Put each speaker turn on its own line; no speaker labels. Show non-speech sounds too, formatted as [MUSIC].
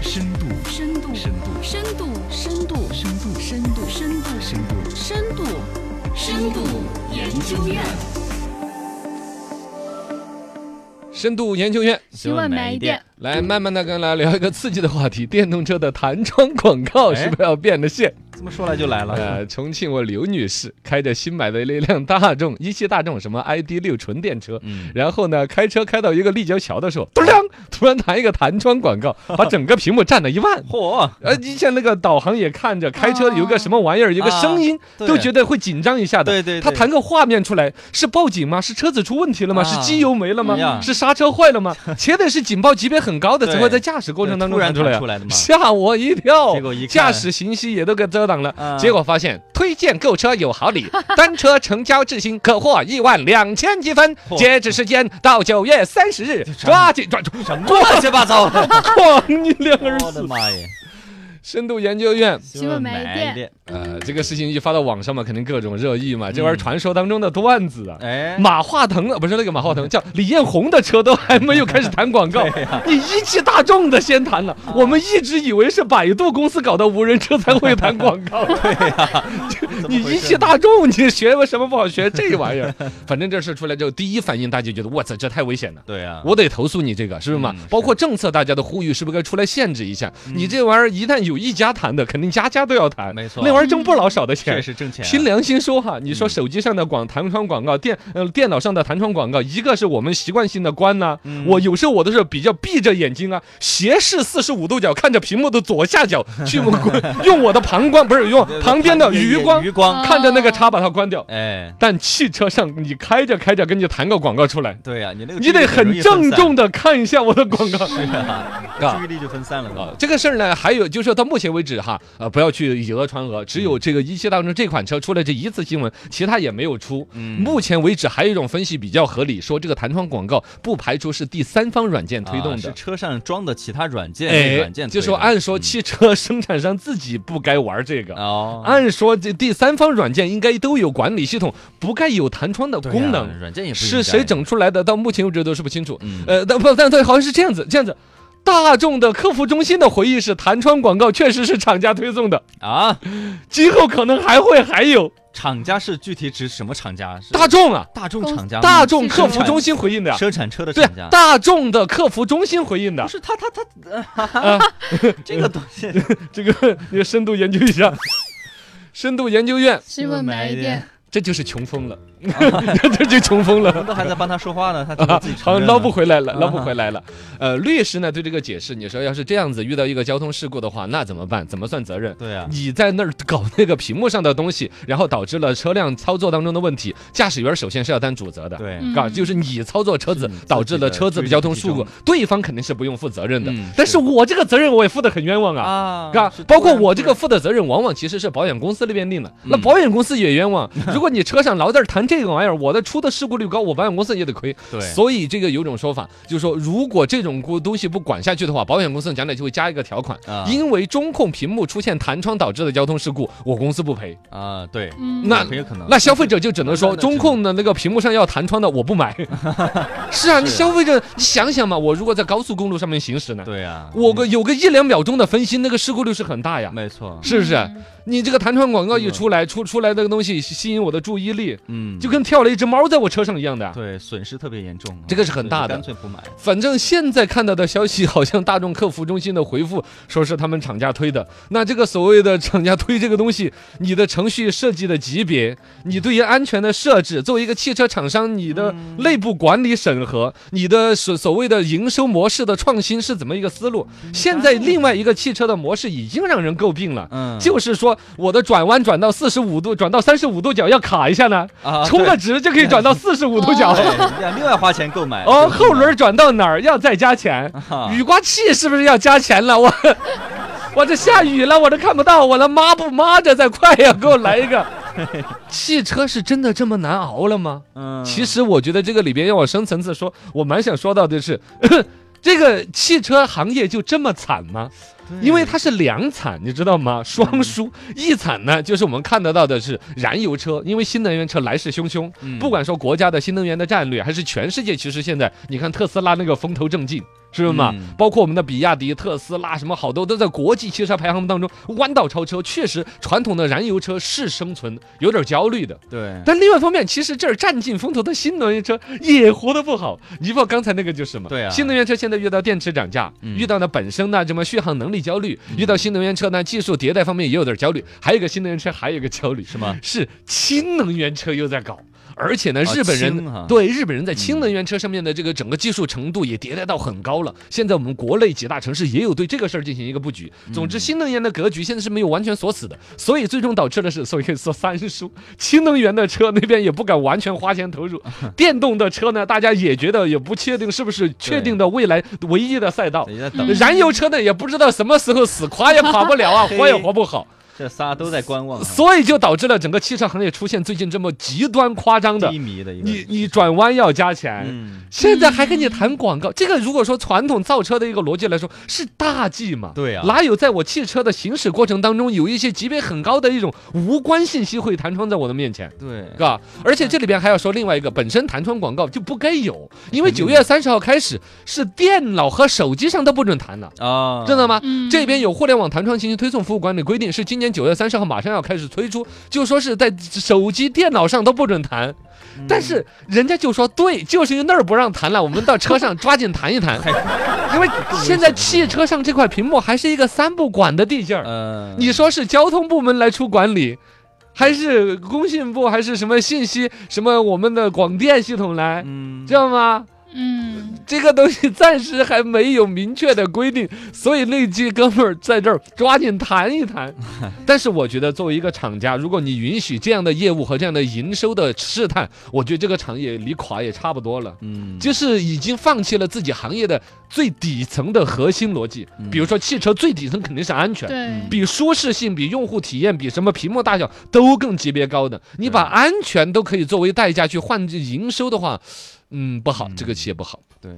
深度，
深度，
深度，
深度，深度，
深度，
深度，深度，
深度，
深度，深度研究院。
深度研究院，
今晚买一点，
来慢慢的跟大家聊一个刺激的话题：电动车的弹窗广
哎
告是不是要变了线？
这么说来就来了， [LAUGHS]
呃，重庆我刘女士开着新买的那辆大众一汽大众什么 ID 六纯电车，
嗯，
然后呢，开车开到一个立交桥的时候，突然突然弹一个弹窗广告，把整个屏幕占了一半。
嚯，
呃，以前那个导航也看着，开车有个什么玩意儿，有个声音，
啊对
都觉得会紧张一下的。
对对对
他弹个画面出来，是报警吗？是车子出问题了吗？
啊
是机油没了
哎呀
吗？是刹车坏了
[LAUGHS]
吗？且得是警报级别很高的，
对
才会在驾驶过程当中
突然
弹出来
弹
啊
出。来的
[LAUGHS]
嘛，
吓我一跳
结果一！看
驾驶信息也都给遮挡
啊
了，结果发现推荐购车有好
[LAUGHS]
礼，单车成交至今可获一万两千积分，
嚯
截止时间到九月三十日，
啥
抓紧抓住！
什么乱七
[LAUGHS]
八糟的，
哐，你两个人
我的妈耶！
深度研究院
新闻买一点
点，
呃，这个事情一发到网上嘛，肯定各种热议嘛。这玩意儿
嗯
传说当中的段子啊，
哎，
马化腾啊，不是那个马化腾，叫李彦宏的车都还没有开始谈广
[LAUGHS]
告，你一汽大众的先谈了。
啊
我们一直以为是百度公司搞的无人车才会谈广告，
[LAUGHS] 怎
你
么回事
一汽大众，你学什么不好学这玩意
[LAUGHS]
儿？反正这事出来之后，第一反应大家觉得，我操，这太危险了。
对啊呀，
我得投诉你这个，是不是嘛
嗯是？
包括政策，大家的呼吁是不是该出来限制一下？你这玩意儿一旦有一家谈的，肯定家家都要谈，
没错
那玩意儿挣不老少的
确
钱。
实挣钱啊，
凭良心说哈，你说手机上的广弹窗广告，电呃电脑上的弹窗广告，一个是我们习惯性的关呐、
嗯
我有时候我都是比较闭着眼睛啊，斜视四十五度角看着屏幕的左下角， [LAUGHS] 去用我的膀胱不是用旁边的余
[LAUGHS]
光
余光，
啊
看着那个叉把它关掉。
嗯
哎，
但汽车上你开着开着给你弹个广告出来，
对呀，啊你那个
你得
注意
很
力
郑
容易分散
重的看一下我的广告。
是啊，
啊
注意力就分散了
啊
嘛，，
这个事儿呢，还有就是说到目前为止哈，呃，不要去以讹传讹，只
嗯
有这个一汽大众这款车出了这一次新闻，其他也没有出。
嗯
目前为止，还有一种分析比较合理，说这个弹窗广告不排除是第三方软件推动
啊是
的。
车上装的其他软件，那
哎
软件，
就
推
说
的
按说
嗯
汽车生产商自己不该玩这个。
哦，
按说这第三方软件应该都有管理系统，不该有弹窗的
对
功
呀
能。
软件也不
是
应
谁
该？
整出来的，到目前为止都是不清楚。
嗯
呃，但不，但对，好像是这样子，这样子。大众的客服中心的回忆是，弹窗广告确实是厂家推送的， [LAUGHS]
啊，
今后可能还会还有
厂家是具体指什么厂家？是
大众啊，
大众
公
厂家吗，
大众客服中心回应的呀，
生产车的
对啊
厂家，。
大众的客服中心回应的 [LAUGHS]
不， [LAUGHS] 是他他他，呃 [LAUGHS]
啊，
这个东西
这个你深度研究一下， [LAUGHS] 深度研究院，
新闻买一
[LAUGHS]
点，
这就是穷疯了，这就穷疯了
我。们都还在帮他说话呢，他怎么自己承
好
认
像
呢
捞不回来了，捞不
啊
回来了。呃，律师呢对这个解释，你说要是这样子遇到一个交通事故的话，那怎么办？怎么算责任？
对啊，
你在那儿搞那个屏幕上的东西，然后导致了车辆操作当中的问题，驾驶员首先是要担主责的。
对，
嗯
啊，就是你操作车子
是你自己
导致了
的
车子
注
的
意
交
力
通
集
事故
中，
对方肯定是不用负责任的
嗯。
但
是
是我这个责任我也负得很冤枉啊。
啊
啊，包括我这个负的责任，往往其实是保险公司那边定的，那
嗯
保险公司也冤
[LAUGHS]
枉。如果你车上老在这谈这个玩意儿，我的出的事故率高，我保险公司也得亏。
对，
所以这个有种说法，就是说，如果这种东东西不管下去的话，保险公司将来就会加一个条款，
啊
因为中控屏幕出现弹窗导致的交通事故，我公司不赔。
啊对，
嗯，
那
很有可能，
那消费者就只能说，
啊那那只能
中控的那个屏幕上要弹窗的，我不
[LAUGHS]
买。是啊，你消费者，你想想嘛，我如果在高速公路上面行驶呢，
对啊，嗯
我个有个一两秒钟的分心，那个事故率是很大呀。
没嗯错，
是不是？你这个弹窗广告一
嗯
出来，出出来那个东西吸引我的注意力，
嗯，
就跟跳了一只猫在我车上一样的啊。
对损失特别严重，
这个是很
对
大
就
的
干脆不买， [LAUGHS]
反正现在看到的消息，好像大众客服中心的回复说是他们厂家推的。那这个所谓的厂家推这个东西，你的程序设计的级别，你对于安全的设置，作为一个汽车厂商，你的
嗯
内部管理审核，你的所所谓的营收模式的创新是怎么一个思路？
嗯
现在另外一个汽车的模式已经让人诟病了。
嗯，
就是说，我的转弯转到四十五度，转到三十五度角要卡一下呢，
啊
充个
对
值就可以转到四十五度角。
对要另外花钱购买
哦，后轮转到哪儿要再加钱？
[LAUGHS] 啊
雨刮器是不是要加钱了？我 [LAUGHS] 我这下雨了，我都看不到，我的妈不妈着，再快呀，给我来一
[LAUGHS]
个。汽车是真的这么难熬了吗？
嗯，
其实我觉得这个里边要往深层次说，我蛮想说到的是，这个汽车行业就这么惨吗？因为它是两产，你知道吗？
嗯
双输。一产呢，就是我们看得到的是燃油车，因为新能源车来势汹汹，
嗯
不管说国家的新能源的战略，还是全世界，其实现在你看特斯拉那个风头正劲，是不是嘛？
嗯
包括我们的比亚迪、特斯拉什么好多都在国际汽车排行当中弯道超车。确实，传统的燃油车是生存有点焦虑的。 [LAUGHS]
对，
但另外一方面，其实这儿占尽风头的新能源车也活得不好。你不知道刚才那个就是嘛？
对啊
新能源车现在遇到电池涨价，
嗯
遇到呢本身呢什么续航能力焦虑，遇到新能源车呢技术迭代方面也有点焦虑。还有一个新能源车还有一个焦虑
是吗？
是氢能源车又在搞，而且呢
啊
日本人
氢啊
对日本人在氢能源车上面的这个整个技术程度也迭代到很高了。现在我们国内几大城市也有对这个事儿进行一个布局。
嗯
总之，新能源的格局现在是没有完全锁死的，所以最终导致的是，所以可以说三叔氢能源的车那边也不敢完全花钱投
[LAUGHS]
入，电动的车呢，大家也觉得也不确定是不是确定的未来唯一的赛道。
也在哎等
嗯，
燃油车呢，也不知道什么时候死，垮也垮不了
[LAUGHS]
啊，活也活不好。
这仨都在观望啊，
所以就导致了整个汽车行业出现最近这么极端夸张的
低，迷的一个。
你你转弯要加钱。
嗯，
现在还跟你谈广告，这个如果说传统造车的一个逻辑来说是大忌嘛？
对啊
哪有在我汽车的行驶过程当中有一些级别很高的一种无关信息会弹窗在我的面前？
对，
嘎，而且这里边还要说另外一个，本身弹窗广告就不该有，因
嗯
为九月三十号开始是电脑和手机上都不准弹了，
啊，
知道吗？
嗯
这边有互联网弹窗信息推送服务管理规定，是今年九月三十号马上要开始推出，就说是在手机、电脑上都不准弹。
嗯
但是人家就说对，就是因为那儿不让弹了，我们到车上抓紧弹一
[LAUGHS]
弹，
哎
因为现在汽车上这块屏幕还是一个三不管的地界儿。
呃，
你说是交通部门来出管理，还是工信部，还是什么信息什么我们的广电系统来，
嗯，
知道吗？
嗯，
这个东西暂时还没有明确的规定，所以那几哥们儿在这儿抓紧谈一谈。但是我觉得，作为一个厂家，如果你允许这样的业务和这样的营收的试探，我觉得这个行业离垮也差不多了。
嗯，
就是已经放弃了自己行业的最底层的核心逻辑，比如说汽车最底层肯定是安全，
对，
比舒适性、比用户体验、比什么屏幕大小都更级别高的。你把安全都可以作为代价去换这营收的话，嗯，不好，这个企业不好。
对，